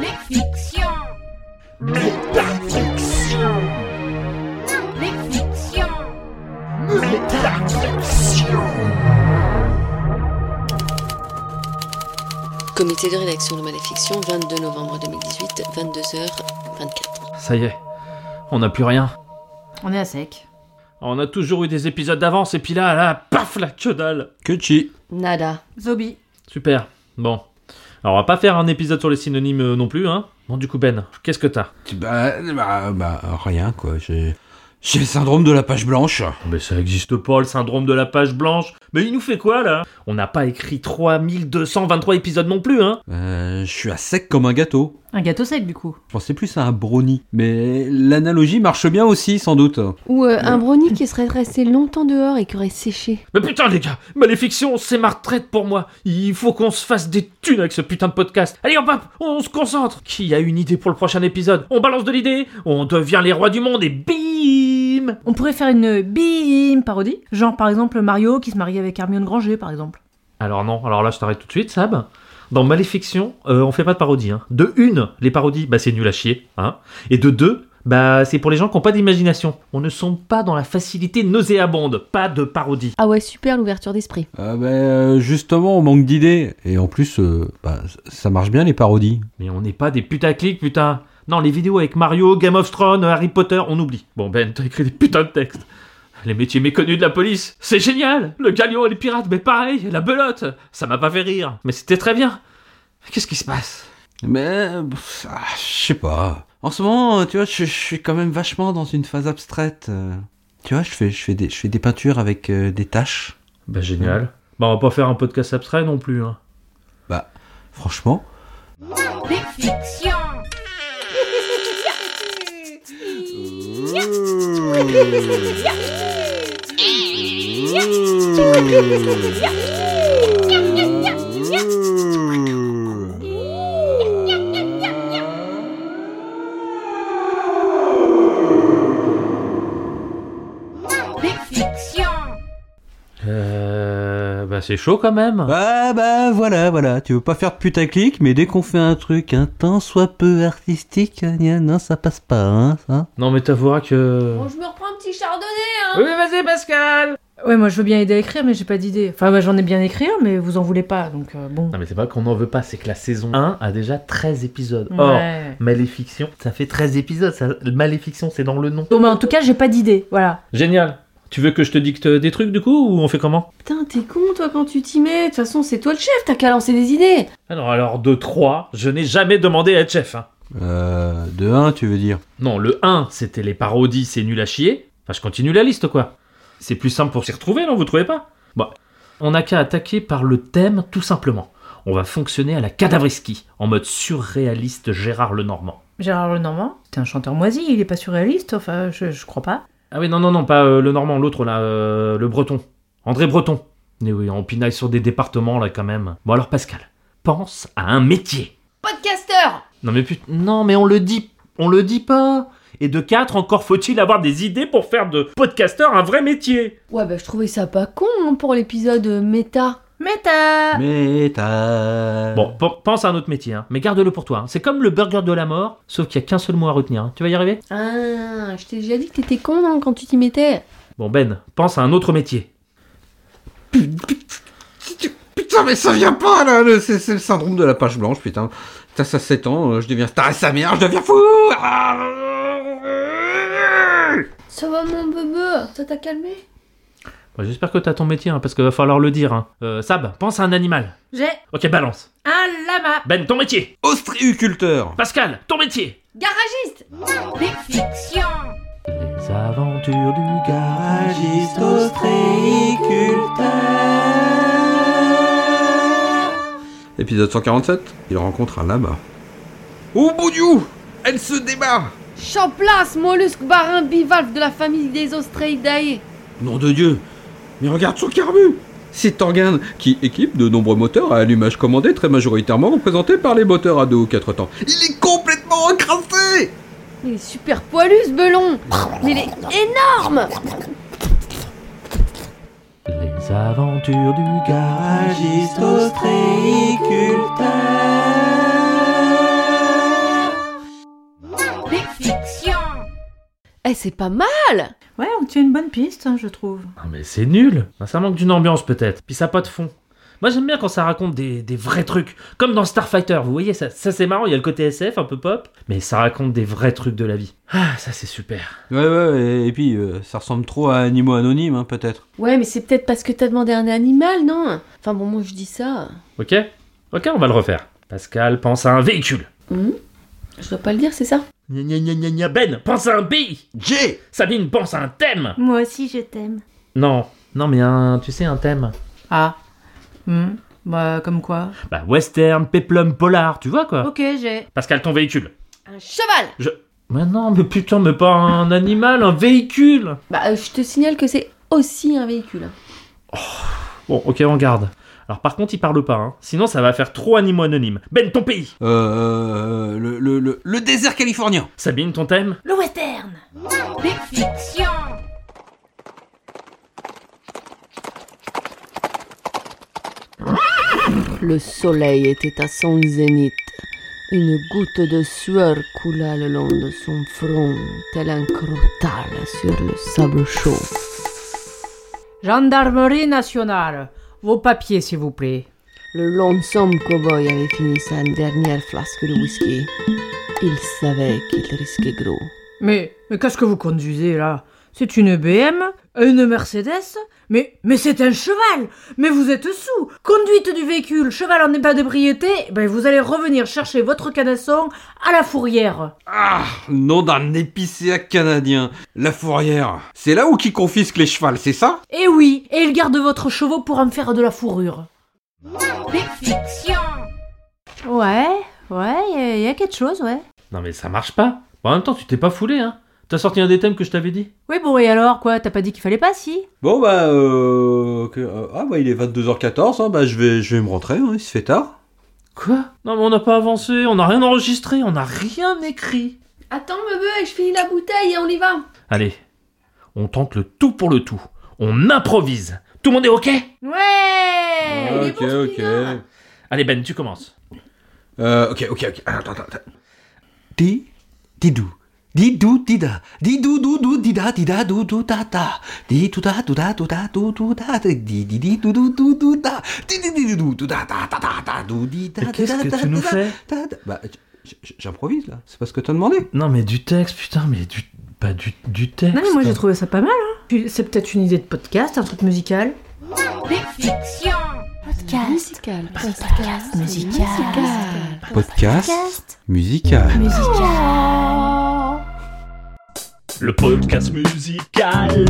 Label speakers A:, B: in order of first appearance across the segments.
A: Métafiction. Métafiction. Métafiction. Métafiction.
B: Comité de rédaction de Maléfiction, 22 novembre 2018, 22h24.
C: Ça y est, on n'a plus rien.
D: On est à sec.
C: On a toujours eu des épisodes d'avance et puis là, là, paf, la que dalle. Que chi.
B: Nada.
D: Zobi.
C: Super. Bon. Alors, on va pas faire un épisode sur les synonymes euh, non plus, hein. Bon, du coup, Ben, qu'est-ce que t'as
E: Bah, bah, bah, rien quoi. J'ai j'ai le syndrome de la page blanche.
C: Oh, Mais ça existe pas, le syndrome de la page blanche. Mais il nous fait quoi, là On n'a pas écrit 3223 épisodes non plus, hein.
E: Euh, je suis à sec comme un gâteau.
D: Un gâteau sec du coup.
E: Je pensais plus à un brownie. Mais l'analogie marche bien aussi, sans doute.
F: Ou euh, un brownie qui serait resté longtemps dehors et qui aurait séché.
C: Mais putain, les gars, Maléfiction, c'est ma retraite pour moi. Il faut qu'on se fasse des thunes avec ce putain de podcast. Allez, on pape, on se concentre. Qui a une idée pour le prochain épisode On balance de l'idée, on devient les rois du monde et bim
D: On pourrait faire une bim parodie. Genre par exemple Mario qui se marie avec Hermione Granger par exemple.
C: Alors non, alors là, je t'arrête tout de suite, Sab. Dans Maléfiction, euh, on fait pas de parodie. Hein. De une, les parodies, bah c'est nul à chier. Hein. Et de deux, bah c'est pour les gens qui n'ont pas d'imagination. On ne sombre pas dans la facilité nauséabonde. Pas de parodie.
F: Ah ouais, super l'ouverture d'esprit.
E: Euh, bah, euh, justement, on manque d'idées. Et en plus, euh, bah, ça marche bien les parodies.
C: Mais on n'est pas des putaclics, putain. Non, les vidéos avec Mario, Game of Thrones, Harry Potter, on oublie. Bon, Ben, t'as écrit des putains de textes. Les métiers méconnus de la police, c'est génial Le galion et les pirates, mais pareil, la belote Ça m'a pas fait rire, mais c'était très bien Qu'est-ce qui se passe
E: Mais, pff, ah, je sais pas. En ce moment, euh, tu vois, je je suis quand même vachement dans une phase abstraite. euh. Tu vois, je fais, je fais, des, je fais des peintures avec euh, des taches.
C: Bah génial. Bah on va pas faire un podcast abstrait non plus. Hein.
E: Bah, franchement,
A: Métafiction. Métafiction.
C: Euh, bah c'est chaud quand même.
E: Bah bah voilà voilà, tu veux pas faire de putaclic, mais dès qu'on fait un truc un tant soit peu artistique, euh, gna, non ça passe pas hein ça.
C: Non mais t'avoueras que...
G: Bon, je me reprends un petit chardonnay, hein
C: Oui vas-y Pascal
D: Ouais moi je veux bien aider à écrire mais j'ai pas d'idée. Enfin bah, j'en ai bien écrit un, mais vous en voulez pas donc euh, bon.
C: Non mais c'est pas qu'on en veut pas, c'est que la saison 1 a déjà 13 épisodes. Or,
D: Ouais.
C: Maléfiction, ça fait 13 épisodes, ça... Maléfiction c'est dans le nom.
D: Bon bah en tout cas j'ai pas d'idée voilà.
C: Génial. Tu veux que je te dicte des trucs du coup ou on fait comment
F: Putain, t'es con toi quand tu t'y mets. De toute façon, c'est toi le chef, t'as qu'à lancer des idées.
C: Alors alors de 3, je n'ai jamais demandé à être chef. hein.
E: Euh, de 1 tu veux dire.
C: Non, le 1 c'était les parodies, c'est nul à chier. Enfin je continue la liste quoi. C'est plus simple pour s'y retrouver, non, vous trouvez pas Bon, on n'a qu'à attaquer par le thème tout simplement. On va fonctionner à la cadavreski, en mode surréaliste Gérard Lenormand.
D: Gérard Lenormand, c'est un chanteur moisi, il est pas surréaliste, enfin je, je crois pas.
C: Ah oui, non, non, non, pas euh, Lenormand, l'autre là, euh, le breton. André Breton. Mais oui, on pinaille sur des départements là quand même. Bon alors Pascal, pense à un métier.
G: Podcasteur
C: Non mais putain, non mais on le dit, on le dit pas. Et de 4, encore faut-il avoir des idées pour faire de podcasteur un vrai métier.
F: Ouais, bah je trouvais ça pas con hein, pour l'épisode euh, méta.
D: Méta
E: Mais t'as.
C: Bon, pen- pense à un autre métier, hein, mais garde-le pour toi. hein. C'est comme le burger de la mort, sauf qu'il y a qu'un seul mot à retenir. hein. Tu vas y arriver
F: Ah, je t'ai déjà dit que t'étais con hein, quand tu t'y mettais.
C: Bon Ben, pense à un autre métier.
E: Putain mais ça vient pas là, le- c'est c'est le syndrome de la page blanche putain. Putain ça s'étend, euh, je deviens star et sa mère, je deviens fou. Ah
G: Ça va mon bebe Ça t'a calmé
C: Bon, Bah, J'espère que t'as ton métier, hein, parce qu'il va falloir le dire. hein. Euh, Sab, pense à un animal.
D: J'ai
C: Ok, balance.
D: un lama
C: Ben, ton métier.
E: Ostréiculteur.
C: Pascal, ton métier.
G: Garagiste
A: Métafiction.
C: Les aventures du garagiste
E: Épisode 147, il rencontre un lama. Oh mon dieu Elle se débat
F: Champlace, mollusque barin bivalve de la famille des Ostreidae.
E: Nom de Dieu Mais regarde son carbu C'est organe qui équipe de nombreux moteurs à allumage commandé très majoritairement représentés par les moteurs à deux ou quatre temps. Il est complètement encrassé
F: Mais il est super poilu ce belon. Mais il est énorme.
C: Les aventures du Ah, garagiste ostréiculteur.
H: fiction.
I: Eh, c'est pas mal
D: Ouais, on tient une bonne piste, hein, je trouve.
C: Non mais c'est nul Ben, Ça manque d'une ambiance peut-être, puis ça a pas de fond. Moi j'aime bien quand ça raconte des, des vrais trucs, comme dans Starfighter, vous voyez, ça, ça c'est marrant, il y a le côté SF, un peu pop, mais ça raconte des vrais trucs de la vie. Ah, ça c'est super.
E: Ouais, ouais, et, et puis euh, ça ressemble trop à Animaux Anonymes, hein, peut-être.
I: Ouais, mais c'est peut-être parce que t'as demandé un animal, non Enfin bon, moi je dis ça.
C: Ok Ok, on va le refaire. Pascal pense à un véhicule.
I: Hum Je dois pas le dire, c'est ça
C: Gna gna gna gna gna. Ben pense à un pays
E: J
C: Sabine pense à un thème
F: Moi aussi, je t'aime.
C: Non, non mais un, tu sais, un thème.
D: Ah. Hmm. Bah, comme quoi
C: Bah western, péplum, polar, tu vois quoi
D: Ok, j'ai.
C: Pascal, ton véhicule.
I: Un cheval
C: Mais non, mais putain, mais pas un animal, un véhicule
I: Bah, euh, je te signale que c'est aussi un véhicule.
C: Bon, ok, on garde. Alors par contre, il parle pas, hein. sinon ça va faire trop animaux anonymes. Ben, ton pays
E: Euh. Le, le, le, le désert californien
C: Sabine, ton thème
F: Le western.
H: Big fiction.
B: Le soleil était à son zénith. Une goutte de sueur coula le long de son front, tel un crotal sur le sable chaud.
D: Gendarmerie nationale. Vos papiers, s'il vous plaît.
B: Le lonesome cowboy avait fini sa dernière flasque de whisky. Il savait qu'il risquait gros.
D: Mais, mais qu'est-ce que vous conduisez là C'est une BM Une Mercedes Mais, mais c'est un cheval Mais vous êtes sous Conduite du véhicule, cheval en état d'ébriété, ben vous allez revenir chercher votre canasson à la fourrière.
E: Ah Nom d'un épicéa canadien La fourrière C'est là où qui confisque les chevals, c'est ça
D: Et Eh oui, et il garde votre chevaux pour en faire de la fourrure.
H: Big fiction.
D: Ouais, ouais, il y, a quelque chose, ouais.
C: Non mais ça marche pas. Bon, en même temps, tu t'es pas foulé, hein. T'as sorti un des thèmes que je t'avais dit.
D: Oui, bon, et alors, quoi T'as pas dit qu'il fallait pas, si
E: Bon, bah, euh. que- euh, ah, bah, il est 22h14, hein, bah, je vais, je vais me rentrer, hein, il se fait tard.
C: Quoi Non mais on n'a pas avancé, on n'a rien enregistré, on n'a rien écrit.
F: Attends, Bebe, je finis la bouteille et on y va.
C: Allez, on tente le tout pour le tout. On improvise. Tout le monde est OK
D: Ouais
F: Eh,
E: Ah,
F: il est bon, ce putain.
C: Allez Ben, tu commences.
E: Euh, ok, ok, ok. Attends, attends, attends. Di, didou. Didou, dida. Didou, doudou, dida, dida, doudou, tata. Di, touda, touda, touda, doudou, tata. Di, di, di, doudou, doudou, da. Di, di, di, doudou, touda, ta, ta, ta, ta, dou, di, da,
C: Mais qu'est-ce
E: da,
C: que
E: da,
C: tu nous
E: da,
C: fais
E: da, da. Bah, j- j- j'improvise, là. C'est pas ce que t'as demandé.
C: Non mais du texte, putain, mais du... Pas du, du texte.
D: Non, mais moi j'ai trouvé ça pas mal, hein. Puis, C'est peut-être une idée de podcast, un truc musical.
H: Big fiction.
B: Musical,
F: Podcast musical.
E: Podcast musical.
C: Le podcast musical,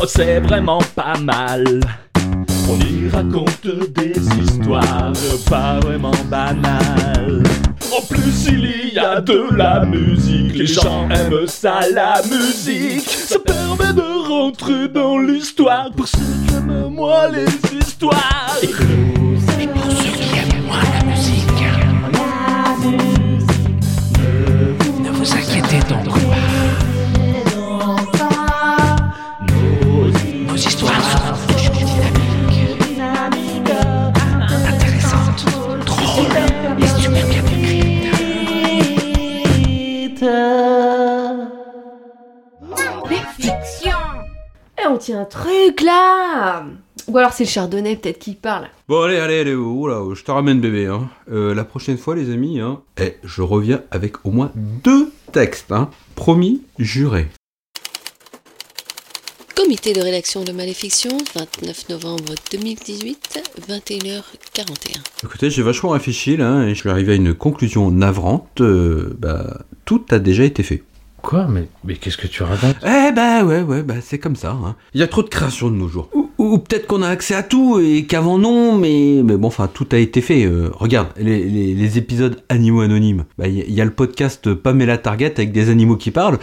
C: oh, c'est vraiment pas mal. On y raconte des histoires pas vraiment banales. En plus, il y a de la musique, les gens aiment ça, la musique. Ça permet de rentrer dans l'histoire pour ceux qui aiment moi les histoires.
H: Big fiction.
I: Eh, on tient un truc là Ou alors c'est le chardonnay peut-être qui parle.
E: Bon, allez, allez, allez, oh là, je te ramène bébé. Hein. Euh, la prochaine fois, les amis, hein, eh, je reviens avec au moins deux textes. Hein. Promis, juré.
B: Comité de rédaction de Maléfiction, 29 novembre 2018, 21h41.
E: Écoutez, j'ai vachement réfléchi là et je suis arrivé à une conclusion navrante. euh, bah, tout a déjà été fait.
C: Quoi Mais, mais qu'est-ce que tu racontes
E: Eh bah ouais, ouais, bah c'est comme ça. hein. Il y a trop de création de nos jours. Ou, ou peut-être qu'on a accès à tout et qu'avant non, mais, mais bon, enfin, tout a été fait. Euh, regarde, les, les- les épisodes animaux anonymes. Bah, Il y, a- il y a le podcast Pamela Target avec des animaux qui parlent.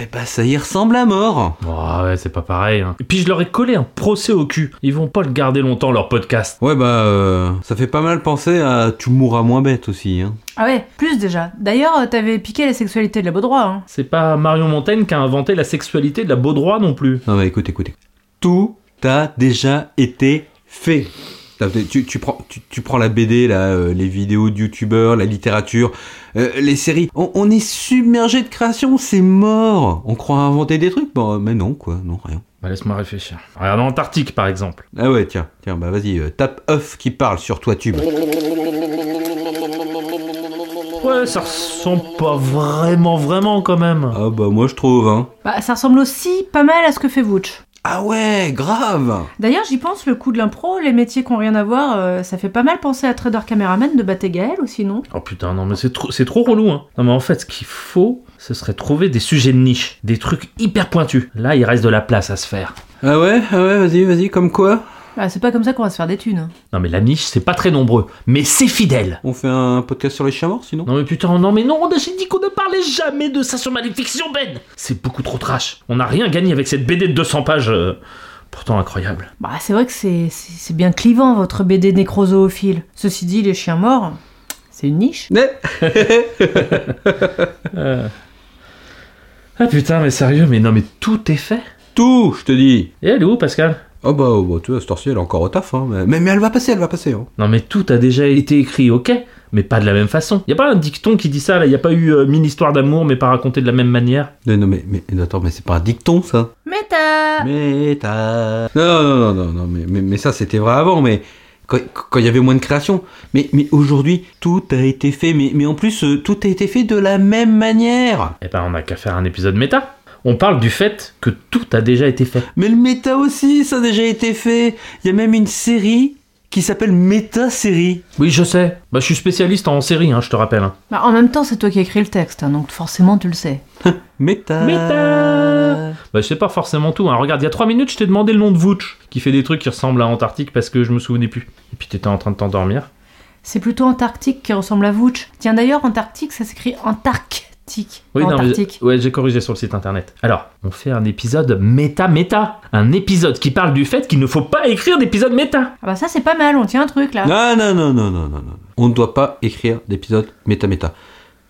E: Eh bah, ça y ressemble à mort.
C: Oh ouais, c'est pas pareil. hein. Et puis je leur ai collé un procès au cul. Ils vont pas le garder longtemps, leur podcast.
E: Ouais, bah, euh, ça fait pas mal penser à Tu mourras moins bête aussi. Hein.
D: Ah ouais, plus déjà. D'ailleurs, euh, t'avais piqué la sexualité de la Baudroie, hein.
C: C'est pas Marion Montaigne qui a inventé la sexualité de la Baudroie non plus.
E: Non, bah écoute, écoute. Tout a déjà été fait. Là, Tu, tu prends, tu, tu prends la BD, là, euh, les vidéos de youtubeurs, la littérature, euh, les séries. On, on est submergé de création, c'est mort. On croit inventer des trucs, bon, mais non, quoi, non, rien.
C: Bah, laisse-moi réfléchir. Regarde Antarctique, par exemple.
E: Ah ouais, tiens, tiens, bah vas-y, euh, tape œuf qui parle sur toi tube.
C: Ouais, ça ressemble pas vraiment, vraiment quand même.
E: Ah bah moi je trouve, hein.
D: Bah, ça ressemble aussi pas mal à ce que fait Vooch.
E: Ah ouais, grave
D: D'ailleurs, j'y pense, le coup de l'impro, les métiers qui ont rien à voir, euh, ça fait pas mal penser à Trader Cameraman de Baté Gaël aussi, non
C: Oh putain, non, mais c'est trop, c'est trop relou, hein. Non, mais en fait, ce qu'il faut, ce serait trouver des sujets de niche, des trucs hyper pointus. Là, il reste de la place à se faire.
E: Ah ouais, ah ouais, vas-y, vas-y, comme quoi
D: Bah, c'est pas comme ça qu'on va se faire des thunes.
C: Non, mais la niche, c'est pas très nombreux, mais c'est fidèle.
E: On fait un podcast sur les chats morts, sinon
C: Non, mais putain, non, mais non, on a j'ai dit qu'on ne parlait jamais de ça sur Maléfiction, Ben C'est beaucoup trop trash. On n'a rien gagné avec cette BD de 200 pages, euh, pourtant incroyable.
D: Bah, c'est vrai que c'est- c'est c'est bien clivant, votre BD nécrozoophile. Ceci dit, les chiens morts, c'est une niche.
E: Mais
C: Ah putain, mais sérieux, mais non, mais tout est fait.
E: tout, je te dis
C: Et elle est où, Pascal
E: Oh bah, oh bah, tu vois, cette heure-ci, elle est encore au taf, hein. Mais, mais- mais elle va passer, elle va passer, hein.
C: Non, mais tout a déjà été écrit, ok mais pas de la même façon. Y a pas un dicton qui dit ça là, y a pas eu euh, mille histoires d'amour mais pas racontées de la même manière.
E: Non, non, mais, mais attends, mais c'est pas un dicton, ça
D: Mais t'as...
E: Mais t'as... Non, non, non, non, non, mais, mais, mais ça, c'était vrai avant, mais... Quand quand il y avait moins de création. Mais, mais aujourd'hui, tout a été fait, mais, mais en plus, euh, tout a été fait de la même manière
C: Eh ben on a qu'à faire un épisode méta. On parle du fait que tout a déjà été fait.
E: Mais le méta aussi, ça a déjà été fait. Il y a même une série qui s'appelle Méta Série.
C: Oui je sais. Bah je suis spécialiste en série, hein, je te rappelle. hein.
D: Bah, en même temps, c'est toi qui écris le texte, hein, donc forcément, tu le sais.
E: Méta.
C: Méta. Bah je sais pas forcément tout. Hein. Regarde, il y a 3 minutes je t'ai demandé le nom de Vooch, qui fait des trucs qui ressemblent à Antarctique parce que je me souvenais plus. Et puis t'étais en train de t'endormir.
D: C'est plutôt Antarctique qui ressemble à Vooch. Tiens, d'ailleurs, Antarctique, ça s'écrit Antarctique. pas
C: non, mais-
D: Antarctique.
C: ouais, j'ai corrigé sur le site internet. Alors, on fait un épisode méta-méta. Un épisode qui parle du fait qu'il ne faut pas écrire d'épisode méta.
D: Ah bah ça, c'est pas mal, on tient un truc, là.
E: Non, non, non, non, non, non, non. On ne doit pas écrire d'épisode méta-méta.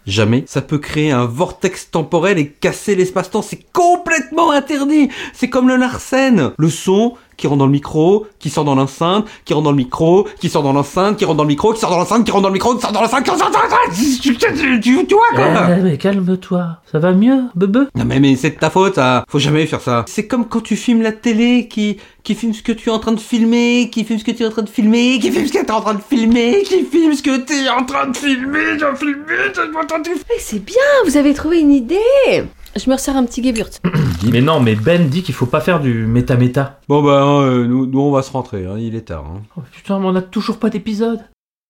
E: Jamais. Ça peut créer un vortex temporel et casser l'espace-temps. C'est complètement interdit. C'est comme le Larsen. Le son qui rentre dans le micro, qui sort dans l'enceinte, qui rentre dans le micro, qui sort dans l'enceinte, qui rentre dans le micro, qui sort dans l'enceinte, qui rentre dans le micro, qui sort dans l'enceinte, qui rentre dans l'enceinte. Tu, tu- tu- tu vois quoi
C: Eh, mais calme-toi. Ça va mieux, bebe
E: Non mais, mais c'est de ta faute, ça. Faut jamais faire ça. C'est comme quand tu filmes la télé, qui, qui filme ce que tu es en train de filmer, qui filme ce que tu es en train de filmer, qui filme ce que tu es en train de filmer, qui filme ce que tu es en train de filmer, j'ai filmé, j'ai pas entendu.
I: Eh, c'est bien, vous avez trouvé une idée Je me resserre un petit Gewürz.
C: Mais non, mais Ben dit qu'il faut pas faire du méta-méta.
E: Bon bah, nous, on va se rentrer, hein. il est tard.
C: Oh, putain, mais on a toujours pas d'épisode.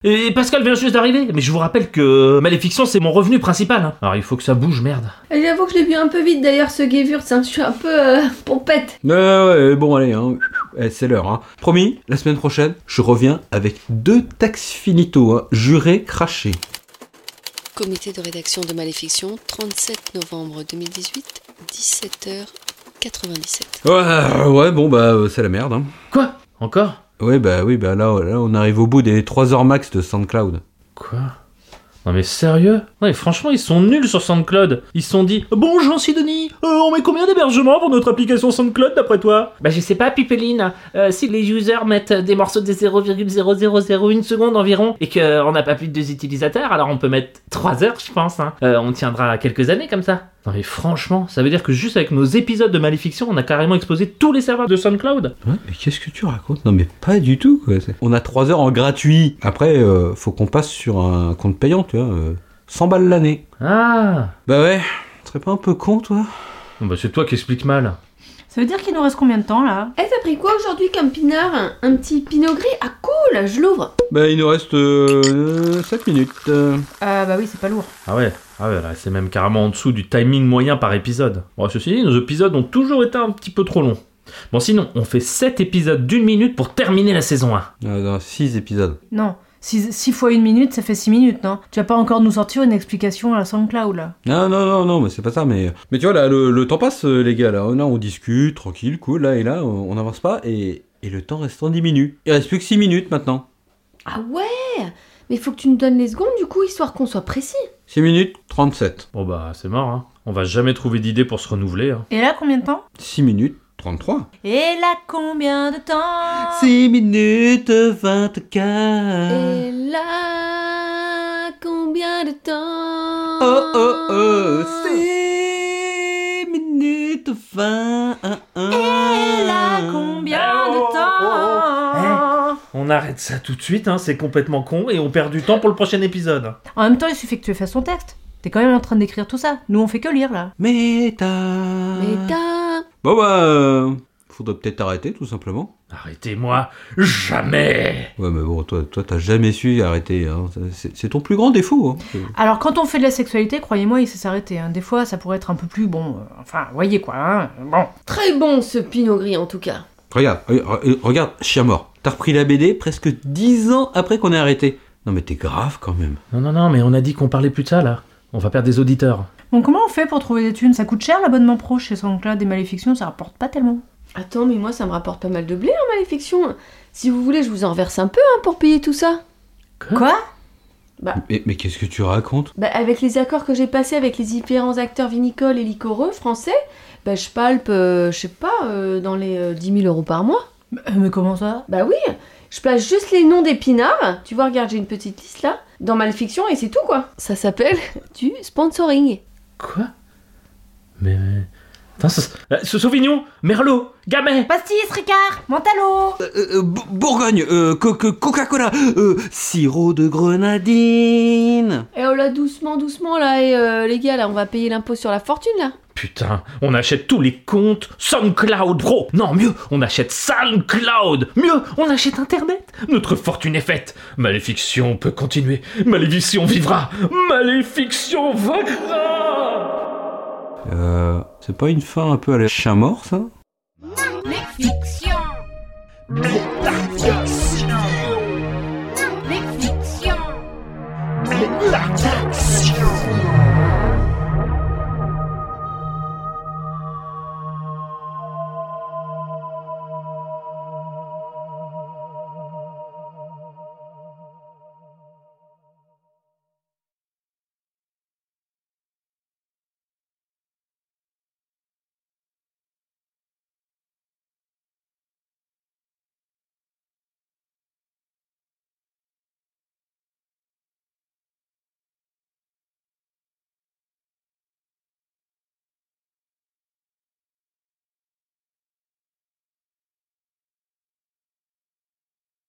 C: Et Pascal vient juste d'arriver. Mais je vous rappelle que Maléfiction, c'est mon revenu principal. hein. Alors il faut que ça bouge, merde.
F: Et Eh, J'avoue que je l'ai bu un peu vite d'ailleurs ce Gewürz, hein. je suis un peu euh, pompette.
E: Ouais, ouais, bon allez, hein. Eh, c'est l'heure. Hein. Promis, la semaine prochaine, je reviens avec deux textes finito, hein, jurés, crachés.
J: Comité de rédaction de Maléfiction, 37 novembre 2018, 17h97.
E: Ouais, ouais, bon bah, euh, c'est la merde. Hein.
C: Quoi Encore
E: Ouais bah oui, bah là, là on arrive au bout des 3 heures max de SoundCloud.
C: Quoi non mais sérieux Non mais franchement ils sont nuls sur SoundCloud. Ils se sont dit Bonjour Sidonie, euh, on met combien d'hébergements pour notre application SoundCloud d'après toi Bah je sais pas Pipeline, Euh, si les users mettent des morceaux de 0,0001 seconde environ et qu'on n'a pas plus de deux utilisateurs alors on peut mettre 3 heures je pense. hein. Euh, on tiendra quelques années comme ça. Non mais franchement ça veut dire que juste avec nos épisodes de Maléfiction on a carrément exposé tous les serveurs de SoundCloud.
E: Ouais, mais qu'est-ce que tu racontes Non, mais pas du tout, quoi. C'est- On a 3 heures en gratuit. Après, euh, faut qu'on passe sur un compte payant, tu vois. euh, 100 balles l'année.
C: Ah
E: Bah ouais, tu serais pas un peu con, toi
C: Bah c'est toi qui expliques mal.
D: Ça veut dire qu'il nous reste combien de temps, là
F: Eh t'as pris quoi aujourd'hui comme pinard un, un petit pinot gris Ah cool, je l'ouvre
E: Bah, il nous reste 7 minutes.
D: Ah bah oui, c'est pas lourd.
C: Ah ouais, ah ouais, là, c'est même carrément en dessous du timing moyen par épisode. Bon, ceci dit, nos épisodes ont toujours été un petit peu trop longs. Bon, sinon, on fait 7 épisodes d'une minute pour terminer la saison 1.
E: 6 épisodes.
D: Non. 6 fois une minute, ça fait 6 minutes, non Tu vas pas encore nous sortir une explication à la SoundCloud, là
E: Non, non, non, non, mais c'est pas ça, mais... euh, Mais tu vois, là, le, le temps passe, euh, les gars, là. Là, on discute, tranquille, cool, là, et là, on on n'avance pas, et... Et le temps restant diminue. Il reste plus que 6 minutes, maintenant.
F: Ah ouais Mais faut que tu nous donnes les secondes du coup, histoire qu'on soit précis.
E: 6 minutes 37.
C: Bon bah, c'est mort, hein. On va jamais trouver d'idée pour se renouveler. hein.
D: Et là, combien de temps
E: 6 minutes
K: 33
D: Et là, combien de temps
E: 6 minutes 24.
F: Et là, combien de temps
E: Oh oh oh, 6 minutes 20.
D: Et là, combien
C: Eh, oh,
D: de temps
C: On arrête ça tout de suite, hein, c'est complètement con et on perd du temps pour le prochain épisode.
D: Eh, En même temps, il suffit que tu aies fait son texte. T'es quand même en train d'écrire tout ça. Nous, on fait que lire, là.
E: Méta.
F: Méta.
E: Bon bah, euh, faudrait peut-être arrêter tout simplement.
C: Arrêtez-moi jamais
E: Ouais, mais bon, toi, toi, t'as jamais su arrêter. hein. C'est c'est ton plus grand défaut. hein.
D: Alors, quand on fait de la sexualité, croyez-moi, il sait s'arrêter. hein. Des fois, ça pourrait être un peu plus bon. euh, Enfin, voyez quoi, hein. Bon.
F: Très bon ce pinot gris en tout cas.
E: Regarde, re- re- regarde, chien mort. T'as repris la BD presque 10 ans après qu'on ait arrêté. Non mais t'es grave quand même.
C: Non, non, non, mais on a dit qu'on parlait plus de ça là. On va perdre des auditeurs.
D: Bon, comment on fait pour trouver des thunes Ça coûte cher l'abonnement pro chez SoundCloud des maléfictions, ça rapporte pas tellement.
F: Attends, mais moi ça me rapporte pas mal de blé en maléfiction. Si vous voulez, je vous en verse un peu hein, pour payer tout ça.
D: Quoi
E: Mais, mais qu'est-ce que tu racontes
F: Bah, avec les accords que j'ai passés avec les différents acteurs vinicoles et liquoreux français, bah, je palpe, euh, je sais pas, euh, dans les euh, 10 000 euros par mois.
D: Mais comment ça
F: Bah oui, je place juste les noms d'épinards. Tu vois, regarde, j'ai une petite liste là, dans Maléfiction, et c'est tout quoi. Ça s'appelle du sponsoring.
C: Quoi Mais. Putain, ça- Euh, Sauvignon Merlot Gamay
D: Pastis, Ricard, Mentalo
E: Euh, Bourgogne, euh, co- co- Coca-Cola, euh, sirop de grenadine.
F: Et oh là, doucement, doucement là, et euh, les gars, là, on va payer l'impôt sur la fortune là.
C: Putain, on achète tous les comptes SoundCloud, bro Non, mieux, on achète SoundCloud Mieux, on achète Internet Notre fortune est faite Maléfiction peut continuer Maléfiction vivra Maléfiction vaincra
E: Euh, c'est pas une fin un peu à la chien mort ça
H: Maléfiction.
C: Blah.